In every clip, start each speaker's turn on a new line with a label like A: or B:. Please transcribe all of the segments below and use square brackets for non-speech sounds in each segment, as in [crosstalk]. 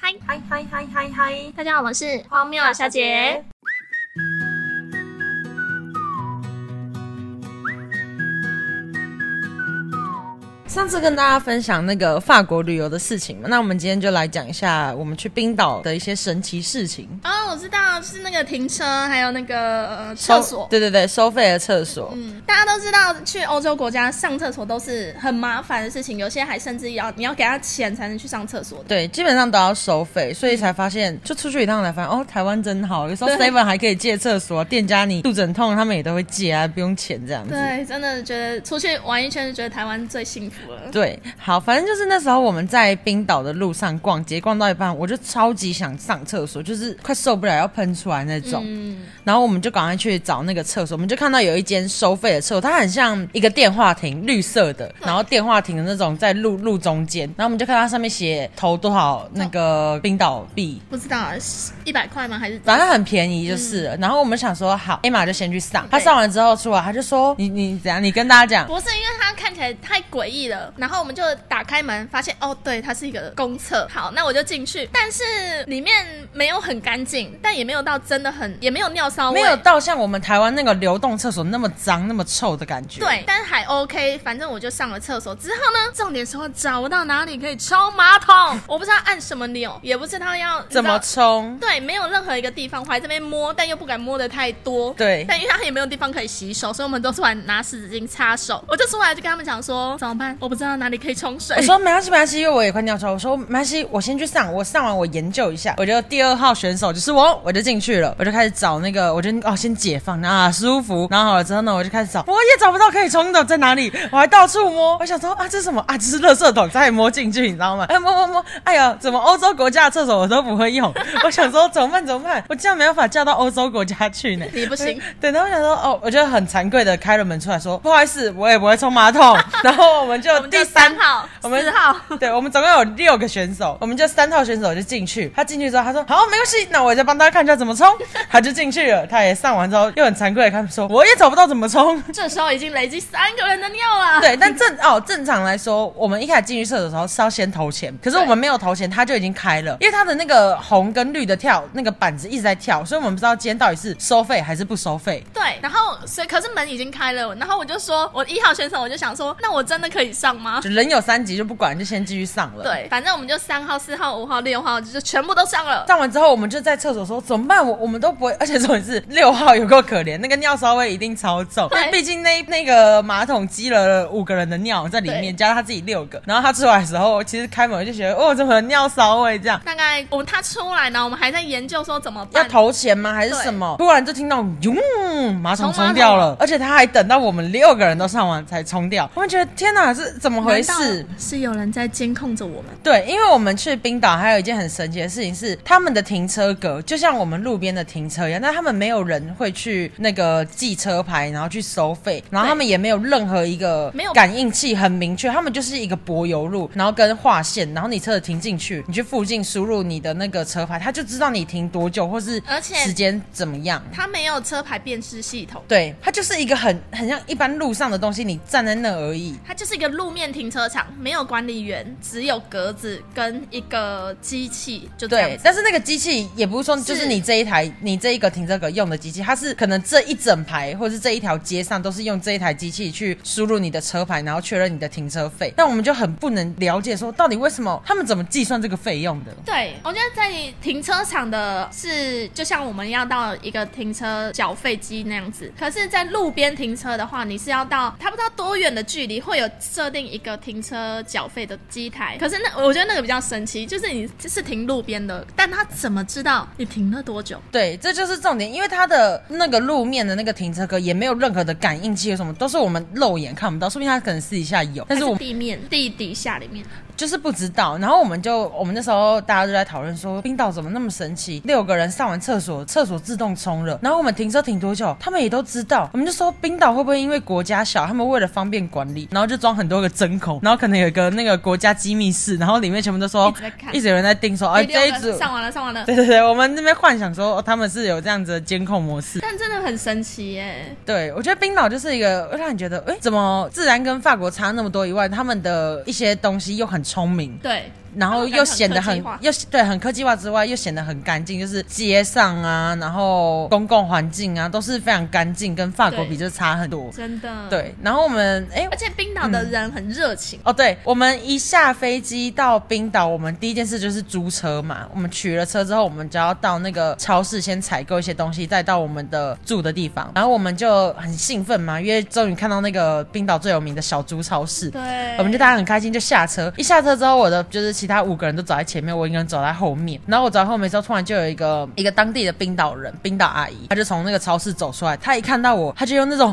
A: 嗨
B: 嗨嗨嗨嗨嗨！
A: 大家好，我是荒谬小姐。
B: 上次跟大家分享那个法国旅游的事情嘛，那我们今天就来讲一下我们去冰岛的一些神奇事情。
A: 哦，我知道，就是那个停车，还有那个呃厕
B: 收
A: 所。
B: 对对对，收费的厕所。
A: 嗯，大家都知道，去欧洲国家上厕所都是很麻烦的事情，有些还甚至要你要给他钱才能去上厕所的。
B: 对，基本上都要收费，所以才发现，就出去一趟才发现，哦，台湾真好，有时候
A: 嗯对
B: Seven 还可以借厕所，店家你肚子很痛，他们也都会借啊，不用钱这样子。
A: 对，真的觉得出去玩一圈就觉得台湾最幸福了。
B: 对，好，反正就是那时候我们在冰岛的路上逛街，逛到一半，我就超级想上厕所，就是快受不了要喷出来那种。
A: 嗯
B: 然后我们就赶快去找那个厕所，我们就看到有一间收费的厕所，它很像一个电话亭，绿色的，然后电话亭的那种在路路中间，然后我们就看它上面写投多少那个冰岛币。
A: 不知道啊一百块吗？还是
B: 反正很便宜就是
A: 嗯
B: 了，然后我们想说好，艾玛就先去上，她
A: 对
B: 上完之后出来，她就说你你怎样？你跟大家讲，
A: 不是，因为它看起来太诡异了。然后我们就打开门，发现哦，对，它是一个公厕。好，那我就进去，但是里面没有很干净，但也没有到真的很，也没有尿骚味。
B: 没有到像我们台湾那个流动厕所那么脏、那么臭的感觉。
A: 对，但是还 OK，反正我就上了厕所之后呢，重点是我找不到哪里可以冲马桶，我不知道按什么钮，也不知道要
B: 怎么
A: 你知道
B: 冲？
A: 对，没有任何一个地方，我还这边摸，但又不敢摸的太多。
B: 对
A: 但因为他也没有地方可以洗手，所以我们都出来拿湿纸巾擦手。我就出来就跟他们讲说，怎么办？我不知道哪里可以冲水
B: [laughs] 我。说没关系，没关系，因为我也快尿出来。我说没关系，我先去上，我上完我研究一下。我就第二号选手就是我，我就进去了，我就开始找那个，我就哦先解放啊舒服，然后好了之后呢，我就开始找，我也找不到可以冲的在哪里，我还到处摸，我想说啊这是什么啊这是垃圾桶，差点摸进去，你知道吗？ [laughs] 哎摸摸摸，哎呀，怎么欧洲国家的厕所我都不会用？ [laughs] 我想说怎么办怎么办？我竟然没办法嫁到欧洲国家
A: [laughs]
B: 去呢。
A: 你不行，
B: 对，然后我想说，哦，我就很惭愧的开了门出来说，不好意思，我也不会冲马桶。 [laughs] 然后我们就
A: 我们就
B: 呃第
A: 三号
B: 我们
A: 四号
B: [laughs] 对，我们总共有六个选手，我们就三号选手就进去。他进去之后，他说好，没关系，那我再帮大家看一下怎么冲。他就进去了，他也上完之后又很惭愧的开门说，我也找不到怎么冲。
A: 这时候已经累积三个人的尿了。
B: 对，但正哦，正常来说，我们一开始进去厕所的时候是要先投钱，可是我们没有投钱，它就已经开了，因为它的那个红跟绿的跳那个板子一直在跳，所以我们不知道今天到底是收费还是不收费。
A: 对，然后所以可是门已经开了，然后我就说，我一号选手我就想说，那我真的可以上吗？
B: 就人有三级就不管，就先继续上了。。
A: 对，反正我们就三号、四号、五号、六号，就全部都上了。
B: 上完之后，我们就在厕所说怎么办？我我们都不会，而且重点是六号有够可怜，那个尿骚味一定超重
A: 对，
B: 毕竟那那个马桶积了五个人的尿在里
A: 对
B: 面，加上他自己六个。然后他出来的时候，其实开门我就觉得哦，怎么有尿骚味这样？
A: 大概我们他出来呢，我们还在研究说怎么
B: 要
A: 办。
B: 投钱吗？还是什么？突然就听到哟，马
A: 冲马
B: 桶冲
A: 桶
B: 掉了，而且他还等到我们六个人都上完才冲掉。我们觉得天哪，是怎么回事
A: 难？道是有人在监控着我们。
B: 对，因为我们去冰岛还有一件很神奇的事情是，他们的停车格就像我们路边的停车一样，但他们没有人会去那个记车牌，然后去收费，然后他们也没有任何一个
A: 没有
B: 感应器很明确，他们就是一个柏油路，然后跟划线，然后你车子停进去，你去附近输入你的那个车牌，他就知道你停多久或是
A: 而且
B: 时间怎么样。
A: 他没有车牌辨识系统，
B: 对，它就是一个很很像一般路上的东西，你站在那而已。
A: 它就是一个路面停车场，没有管理员，只有格子跟一个机器，就这样
B: 对，
A: 子。
B: 但是那个机器也不是说就是
A: 是
B: 你这一台你这一个停车格用的机器，它是可能这一整排或是这一条街上都是用这一台机器去输入你的车牌，然后确认你的停车费。但我们就很不能了解说到底为什么他们怎么计算这个费用的。
A: 对，我觉得在停车场的是，就像我们要到一个停车缴费机那样子。可是，在路边停车的话，你是要到他不知道多远的距离，会有设定一个停车缴费的机台。可是那我觉得那个比较神奇，就是你是停路边的，但他怎么知道你停了多久？
B: 对，这就是重点，因为它的那个路面的那个停车格也没有任何的感应器，有什么都是我们肉眼看不到，说不定它可能私底下有，但是我们
A: 还地面地底下里面，
B: 就是不知道，然后我们就我们那时候大家就在讨论说，冰岛怎么那么神奇？六个人上完厕所，厕所自动冲了，然后我们停车停多久，他们也都知道。我们就说冰岛会不会因为国家小，他们为了方便管理，然后就装很多个针孔，然后可能有一个那个国家机密室，然后里面全部都说
A: 一直在看
B: 一直有人在盯说，哎、
A: 第
B: 这
A: 六
B: 一组
A: 个，上完了，上完了。
B: 对对对，我们那边幻想说、哦他们是有这样子的监控模式。
A: 但真的很神奇耶！
B: 对，我觉得冰岛就是一个会让你觉得，哎，怎么自然跟法国差那么多以外，他们的一些东西又很聪明，
A: 对，
B: 然后又显得很
A: 他们感觉
B: 又对很科技化之外，又显得很干净，就是街上啊，然后公共环境啊，都是非常干净，跟法国比
A: 对
B: 就差很多。
A: 真的。，
B: 对，然后我们哎
A: 而。且冰岛的人很热情，
B: 哦，对，我们一下飞机到冰岛，我们第一件事就是租车嘛。我们取了车之后，我们就要到那个超市先采购一些东西，再到我们的住的地方。然后我们就很兴奋嘛，因为终于看到那个冰岛最有名的小猪超市。
A: 对，
B: 嗯我们就大家很开心，就下车。一下车之后，我的就是其他五个人都走在前面，我一个人走在后面。然后我走在后面之后，突然就有一个一个当地的冰岛人，冰岛阿姨，她就从那个超市走出来。她一看到我，她就用那种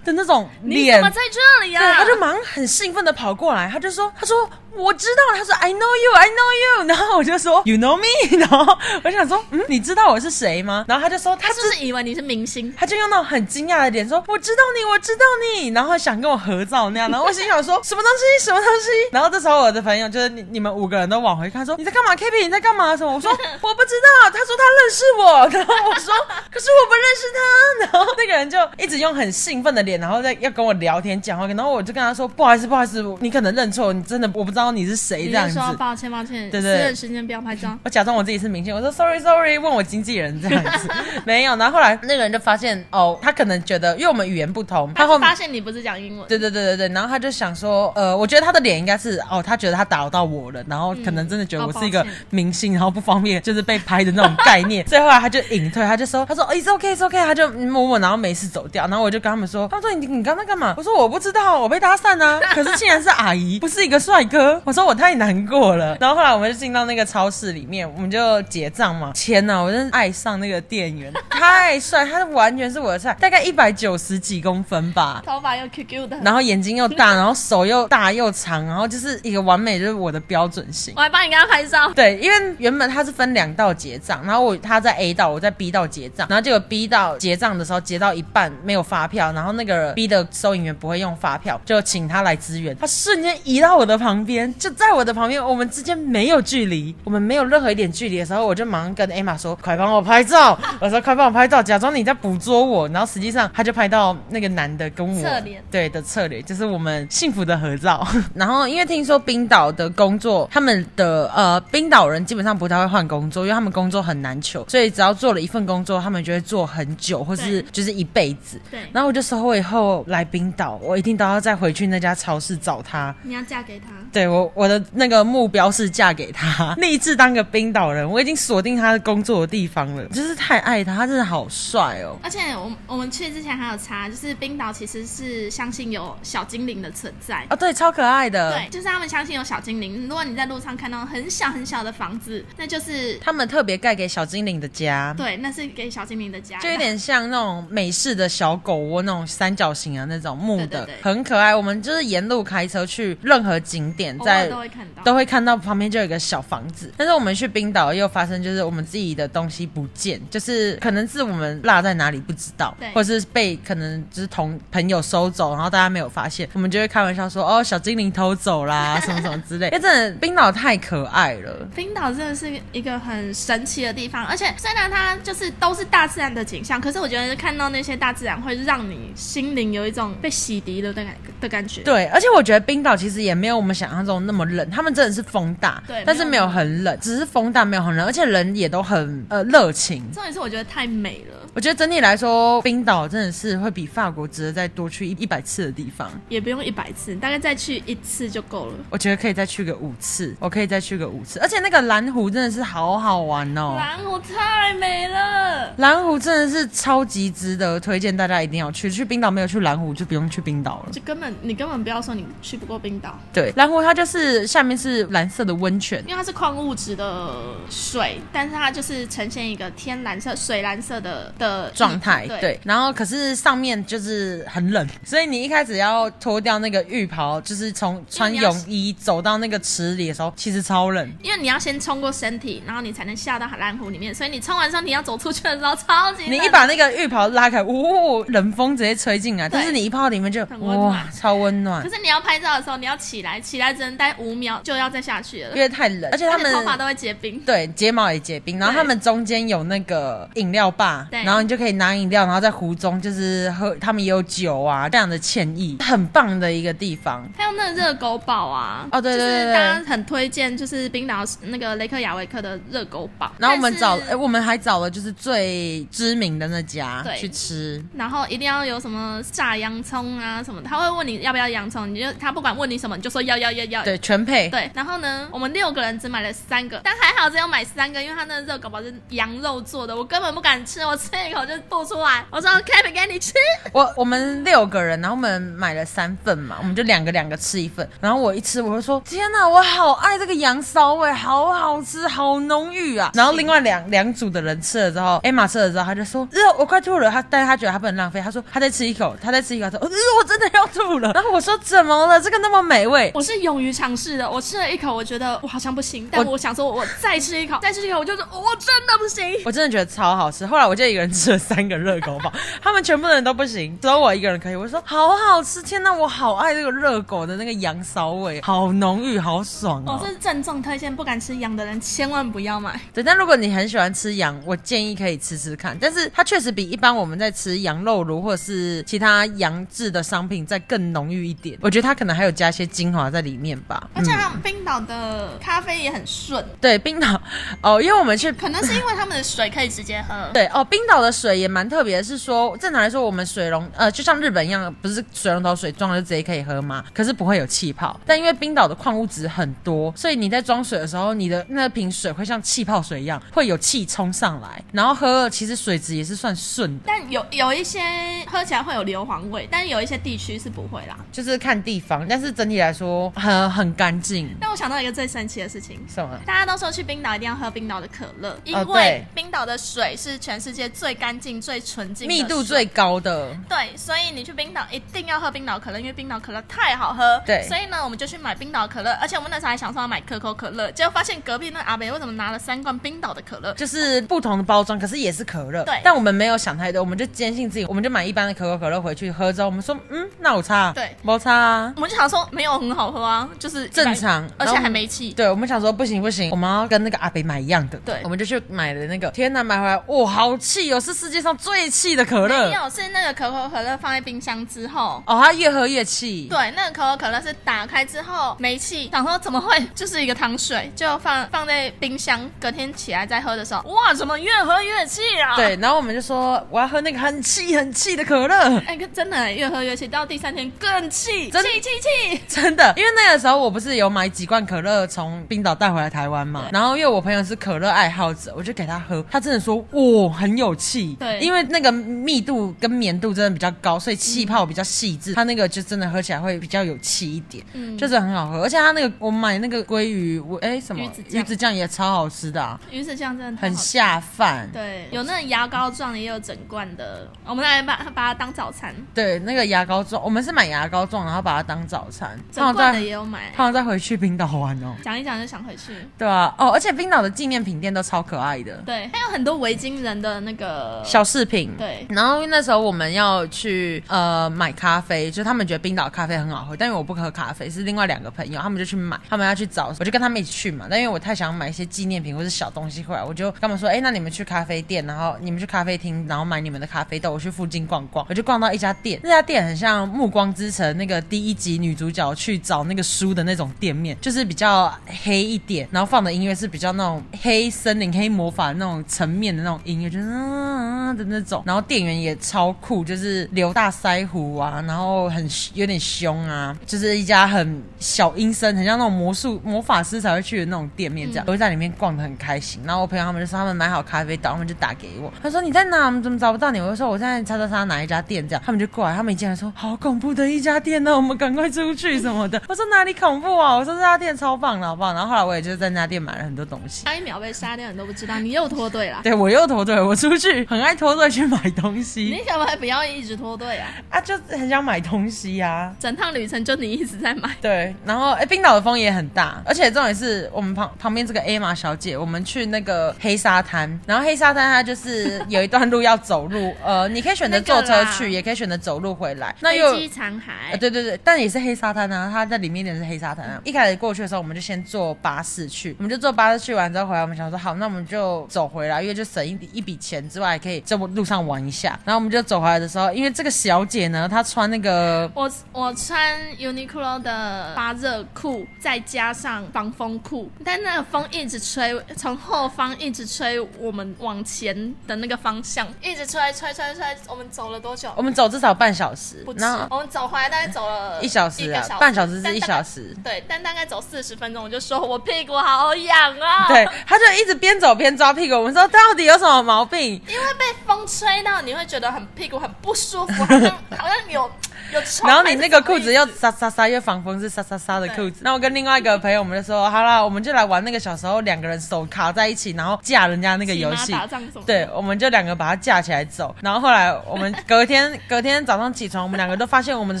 B: 的那种
A: 你
B: 脸
A: 怎么在这里
B: 对，
A: 啊？
B: 他就忙很兴奋的跑过来，他就说：“他说我知道。”他说：“I know you, I know you。”然后我就说：“You know me。”然 [laughs] 后我想说：“嗯，你知道我是谁吗？”然后他就说：“他
A: 他
B: 知
A: 是不是以为你是明星？
B: 他就用那种很惊讶的脸说：“我知道你，我知道你。”然后想跟我合照那样。然后我心想说：“ [laughs] 什么东西？什么东西？”然后这时候我的朋友就是你你们五个人都往回看说：“你在干嘛 k a t y 你在干嘛？”什么？我说：“ [laughs] 我不知道。”他说：“他认识我。”然后我说：“可是我不认识他。”然后那个人就一直用很兴奋的脸，然后在要跟我聊天讲话。然后我就跟他说：“不好意思，不好意思，你可能认错，你真的我不知道你是谁
A: 你
B: 这
A: 就
B: 样
A: 说
B: 子。”
A: 抱歉抱歉，
B: 对对
A: 私人时间不要拍照。
B: 我假装我自己是明星，我说 sorry sorry，问我经纪人这样 [laughs] 子，没有。然后后来那个人就发现，哦，他可能觉得，因为我们语言不同，
A: 他
B: 后
A: 就
B: 面
A: 发现你不是讲英文，
B: 对对对对对，然后他就想说，呃，我觉得他的脸应该是，哦，他觉得他打扰到我了，然后可能真的觉得我是一
A: 哦
B: 个
A: 抱歉
B: 明星，然后不方便就是被拍的那种概
A: [laughs]
B: 念，所以后来他就隐退，他就说，他说、哦、it's okay it's okay，他就默默然后没事走掉，然后我就跟他们说，他们说你你刚才干嘛？我说我不知道，我被搭讪
A: [laughs]
B: 啊，可是竟然是阿姨，不是一个帅哥，我说我太难过了， [laughs] 然后后来我们就进到那个超市里面，我们就结账嘛，天呐，我真是爱上那个店员，太帅，他完全是我的菜，大概一百九十几公分吧，
A: 头发又 QQ [laughs] 的。
B: 然后眼睛又大，然后手又大又长，然后就是一个完美，就是我的标准型
A: 我。还帮你跟他拍照，
B: 对，因为原本他是分两道结账，然后我他在 A 道，我在 B 道结账，然后结果 B 道结账的时候结到一半没有发票，然后那个 B 的收银员不会用发票，就请他来支援，他瞬间移到我的旁边，就在我的旁边，我们之间没有距离，我们没有任何一点距离的时候，我就马上跟 Emma 说：“快帮我拍照！”我说：“快帮我拍照，假装你在捕捉我。”然后实际上他就拍到那个男的跟我
A: 侧脸
B: 对的策略，就是我们幸福的合 [laughs] 照。然后因为听说冰岛的工作，他们的呃冰岛人基本上不太会换工作，因为他们工作很难求，所以只要做了一份工作，他们就会做很久，或
A: 对
B: 是就是一辈子。
A: 对，
B: 然后我就说，我以后来冰岛，我一定都要再回去那家超市找他。
A: 你要嫁给他。
B: 对我我的那个目标是嫁给他， [laughs] 立志当个冰岛人。我已经锁定他的工作的地方了，就是太爱他，他真的好帅哦。
A: 而且我们我们去之前还有查，就是冰岛其实是相信有小精灵的存在。
B: [laughs] 哦，对，超可爱的。
A: 对，就是他们相信有小精灵。如果你在路上看到很小很小的房子，那就是
B: 他们特别盖给小精灵的家，
A: 对，那是给小精灵的家。
B: 就有点像那种美式的小狗窝那种三角形的那种木的，
A: 对对对
B: 很可爱。我们就是沿路开车去任何景点，
A: 偶尔
B: 在
A: 都会看到。
B: 都会看到旁边就有一个小房子。但是我们去冰岛又发生，就是我们自己的东西不见，就是可能是我们落在哪里不知道
A: 对，
B: 或者是被可能就是同朋友收走，然后大家没有发现，我们就会开玩笑说哦小精灵偷走啦什么什么
A: [laughs]
B: 之类。因为真的冰岛太可爱了。
A: 冰岛真的是一个很神奇的地方，而且虽然它就是都是大自然的景象，可是我觉得看到那些大自然会让你心灵有一种被洗涤了的感的感觉。
B: 对，而且我觉得冰岛其实也没有我们想象中那么冷，他们真的是风大，
A: 对
B: 但是
A: 没
B: 没有
A: 有
B: 很冷，只是风大没有很冷，而且人也都很呃热情。
A: 重点是我觉得太美了，
B: 我觉得整体来说，冰岛真的是会比法国值得再多去一一百次的地方。
A: 也不用一百次，大概再去一次就够了。
B: 我觉得可以再去个五次，我可以再去个五次，而且那个蓝湖真的是好好玩哦。
A: 蓝湖太美了，
B: 蓝湖真的是超级值得推荐，大家一定要去。去冰岛没有去蓝湖就不用去冰岛了。
A: 就根本你根本不要说你去不过冰岛，
B: 对，蓝湖它就是下面是蓝色的温泉，
A: 因为它是矿物质的水，但是它就是呈现一个天蓝色、水蓝色的的
B: 状态
A: 意，境
B: 对
A: 嗯对。
B: 然后可是上面就是很冷，所以你一开始要脱掉那个浴袍，就是从穿
A: 因为你要
B: 泳衣走到那个池里的时候，其实超冷。
A: 因为你要先冲过身体，然后你才能下到海蓝湖里面，所以你冲完身体要走出去的时候超级冷
B: 你一把那个浴袍拉开，呜、冷风直接吹进来，
A: 对
B: 但是你一泡到里面就
A: 很温暖
B: 哇，超温暖
A: 可，是你要拍照的时候，你要起来，起来只能待五秒，就要再下去了
B: 因。为太冷，而且他
A: 而且
B: 们
A: 头发都会结冰。
B: 对，睫毛也结冰，然后
A: 对
B: 他们中间有那个饮料吧，
A: 对
B: 然后你就可以拿饮料，然后在湖中就是喝，他们也有酒啊，这样的歉意，很棒的一个地方。
A: 还有那个热狗堡啊，
B: 哦对对对
A: 就
B: 对
A: 是大家很推荐，就是冰岛那个雷克雅维克的热狗堡。
B: 然后我
A: 但
B: 们
A: 是
B: 找，哎、我们还找了就是最知名的那家
A: 对
B: 去吃，
A: 然后一定要有什么炸洋葱啊什么的，他会问你要不要洋葱，你就他不管问你什么，你就说要要要要。
B: 对，全配，
A: 对然后呢，我们六个人只买了三个，但还好只有买三个，因为他那个热狗堡是羊肉做的，我根本不敢吃，我吃一口就吐出来。我说 Kevin 给你吃，
B: 我我们六个人，然后我们买了三份嘛，我们就两个两个吃一份。然后我一吃，我就说：天哪，我好爱这个羊骚味，好好吃，好浓郁啊！然后另外两两组的人吃了之后，艾玛吃了之后，他就说：呃，我快吐了。他但是他觉得他不能浪费，他说他再吃一口，他再吃一口，他说：呃，我真的要吐了。然后我说：怎么了？这个那么美味。
A: 我是勇于尝试的，我吃了一口，我觉得我好像不行，但
B: 我
A: 我想说我再吃一口，再吃一口，我就是我真的不行。
B: 我真的觉得超好吃。后来我就一个人吃了三个热狗堡， [laughs] 他们全部的人都不行，只有我一个人可以。我说好好吃，天哪，我好爱这个热狗的那个羊骚味，好浓郁，好爽
A: 我、
B: 哦
A: 哦、嗯这。是郑重推荐，不敢吃羊的人千万不要买。
B: 对，但如果你很喜欢吃羊，我建议可以吃吃看。但是它确实比一般我们在吃羊肉炉或者是其他羊制的商品再更浓郁一点。我觉得它可能还有加一些精华在里面吧。嗯
A: 而且他们冰岛的咖啡也很顺，
B: 对，冰岛哦，因为我们去
A: 可能是因为他们的水可以直接喝。
B: 对哦，冰岛的水也蛮特别，是说正常来说，我们水龙呃，就像日本一样，不是水龙头水装了就直接可以喝吗？可是不会有气泡，但因为冰岛的矿物质很多，所以你在装水的时候，你的那瓶水会像气泡水一样，会有气冲上来，然后喝了其实水质也是算顺的，
A: 但有有一些喝起来会有硫磺味，但有一些地区是不会啦。
B: 就是看地方，但是整体来说很很干净。
A: 但我想到一个最神奇的事情。
B: 什么？
A: 大家都说去冰岛一定要喝冰岛的可乐，因为
B: 呃对
A: 冰岛的水是全世界最干净、最纯净、
B: 密度最高的，
A: 对，所以你去冰岛一定要喝冰岛可乐，因为冰岛可乐太好喝。
B: 对
A: 所以呢，我们就去买冰岛可乐，而且我们那时候还想说要买可口可乐，结果发现隔壁那阿北为什么拿了三罐冰岛的可乐？
B: 就是不同的包装，可是也是可乐。
A: 对
B: 但我们没有想太多，我们就坚信自己，我们就买一般的可口可乐回去喝之后，我们说，嗯，那我差，
A: 对
B: 没差啊。
A: 我们就想说没有很好喝啊，就是
B: 正常
A: 而
B: 然后
A: 且还没气。
B: 对，我们想说不行不行，我们要跟那个阿北买一样的。
A: 对
B: 我们就去买了那个。天哪，买回来，哇，好气哦，是世界上最气的可乐
A: 没。有，是那个可口可乐放在冰箱之后。
B: 哦，它越喝越气。
A: 对，那个可口可乐是打开之后没气，想说怎么会就是一个糖水，就放放在冰箱，隔天起来再喝的时候，哇，怎么越喝越气啊？
B: 对，然后我们就说我要喝那个很气很气的可乐。
A: 哎、可真的越喝越气，到第三天更气，
B: 真
A: 气气气！
B: [laughs] 真的，因为那个时候我不是有买几罐可乐从冰岛带回来台湾嘛，然后因为我朋友是可乐爱好者，我就给他喝，他真的说哇很有气，
A: 对
B: 因为那个密度跟绵度真的比较高，所以气泡比较细致，它那个就真的喝起来会比较有气一点，
A: 嗯
B: 就是很好喝，而且它那个我买那个鲑鱼，我哎、什么
A: 鱼子酱
B: 酱也超好吃的、啊，
A: 鱼子酱真的太
B: 很
A: 好吃。
B: 下饭，
A: 对，有那个牙膏状的，也有整罐的，我们来把把它当早餐，
B: 对，那个牙膏状，我们是买牙膏状，然后把它当早餐，然
A: 整
B: 后
A: 罐的
B: 再
A: 也有买。
B: 然后再回去冰岛玩哦。
A: 讲一讲就想回去。
B: 对啊，哦，而且冰岛的纪念品店都超可爱的，
A: 对，还有很多维京人的那个
B: 小饰品。
A: 对
B: 然后那时候我们要去呃买咖啡，就他们觉得冰岛咖啡很好喝，但因为我不喝咖啡，是另外两个朋友，他们就去买，他们要去找，我就跟他们一起去嘛。但因为我太想买一些纪念品或是小东西回来，我就跟他们说，哎，那你们去咖啡店，然后你们去咖啡厅，然后买你们的咖啡豆，我去附近逛逛。我就逛到一家店，那家店很像《暮光之城》那个第一集女主角去找那个书的那种店面，就是比较黑一点，然后放的音乐是比较那种黑森林、黑魔法那种层面的那种音乐，就是嗯嗯的那种。然后店员也超酷，就是留大腮胡啊，然后很有点凶啊，就是一家很小阴森，很像那种魔术魔法师才会去的那种店面这样。我就在里面逛得很开心。然后我朋友他们就说他们买好咖啡豆，他们就打给我，他说你在哪？我们怎么找不到你？我就说我在叉叉叉哪一家店这样。他们就过来，他们一进来说好恐怖的一家店哦呢、我们赶快出去什么的。我说哪里恐怖啊？我说这家店超棒的，好不好？然后后来我也就在那家店买了很多东西。
A: 差一秒被杀掉，你都不知道，你又脱队了。
B: 对我又脱队，我出去很爱拖队去买东西
A: 你可不可以不要一直脱队
B: [laughs]
A: 啊？
B: 啊，就很想买东西呀、啊。
A: 整趟旅程就你一直在买，
B: 对，然后哎，冰岛的风也很大，而且重点是我们旁旁边这个 A 玛小姐，我们去那个黑沙滩，然后黑沙滩它就是有一段路要走路，呃，你可以选择
A: 那个
B: 坐车
A: 啦
B: 去，也可以选择走路回来。那又
A: 飞机残骸。
B: 呃，对对对，但也是黑沙滩啊，它在里面一点是黑沙滩
A: 嗯
B: 啊。一开始过去的时候，我们就先坐巴士去，我们就坐巴士去完之后回来，我们想说好，那我们就走回来，因为就省一笔一笔钱之外，还可以在路上玩一下。然后我们就走回来的时候，因为这个小姐呢，她穿那个。
A: 我我穿 Uniqlo 的发热裤，再加上防风裤，但那个风一直吹，从后方一直吹我们往前的那个方向，一直吹吹吹吹。我们走了多久
B: 我？们走至少半小时
A: 不，止
B: 然后，
A: 我们走回来大概走了
B: 一小
A: 啊
B: 时
A: 哦一个
B: 啊
A: 小时，
B: 半小时
A: 但
B: 是一
A: 大概
B: 小时。
A: 对，但大概走四十分钟，我就说我屁股好痒啊。
B: 对，她就一直边走边抓屁股。我们说到底有什么毛病？
A: 因为被风吹到，你会觉得很屁股很不舒服，好像好像
B: [laughs]
A: 有有虫。
B: 然后你那个裤子
A: 要
B: 又沙沙沙，又防风是沙沙沙的
A: 对
B: 裤子。那我跟另外一个朋友，我们就说，好啦，我们就来玩那个小时候两个人手卡在一起，然后架人家那个游戏。
A: 打仗什么？
B: 对，我们就两个把它架起来走。然后后来我们隔天隔天早上起床，我们两个都发现我们的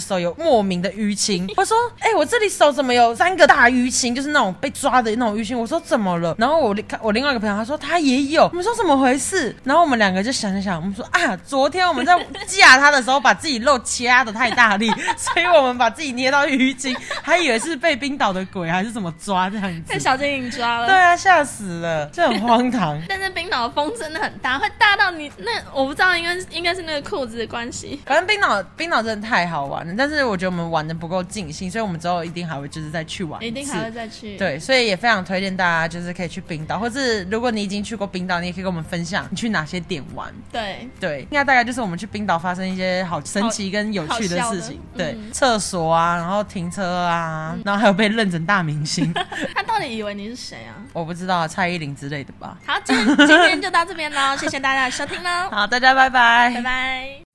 B: 手有莫名的淤青。我说，哎、我这里手怎么有三个大淤青？就是那种被抓的那种淤青。我说怎么了？然后我看我另外一个朋友，他说他也有。我们说怎么回事？然后我们两个就想想想，我们说啊，昨天我们在架他的时候把自己啊肉掐的太大力，所以我们把自己捏到淤青，还以为是被冰岛的鬼还是怎么抓这样
A: 被
B: 子。
A: 小精灵抓了。
B: [laughs] 对啊，吓死了，这很荒唐。
A: 但是冰岛的风真的很大，会大到你那我不知道，应该是应该是那个裤子的关系。
B: 反正冰岛冰岛真的太好玩了，但是我觉得我们玩的不够尽兴，所以我们之后一定还会就是再去玩次
A: 一定还会再去。，
B: 对，所以也非常推荐大家就是可以去冰岛，或是如果你已经去过冰岛，你也可以跟我们分享你去哪些点玩。
A: 对
B: 对，应该大概就是我们去冰岛发生一些好神奇跟有趣
A: 好笑的
B: 事情，
A: 嗯
B: 对，厕所啊，然后停车啊，然后还有被认成大明
A: [laughs]
B: 星，
A: 他到底以为你是谁啊？
B: 我不知道蔡依林之类的吧。 [laughs]
A: 好，今天今天就到这边喽，谢谢大家的收听喽，
B: 好，大家拜拜，
A: 拜拜。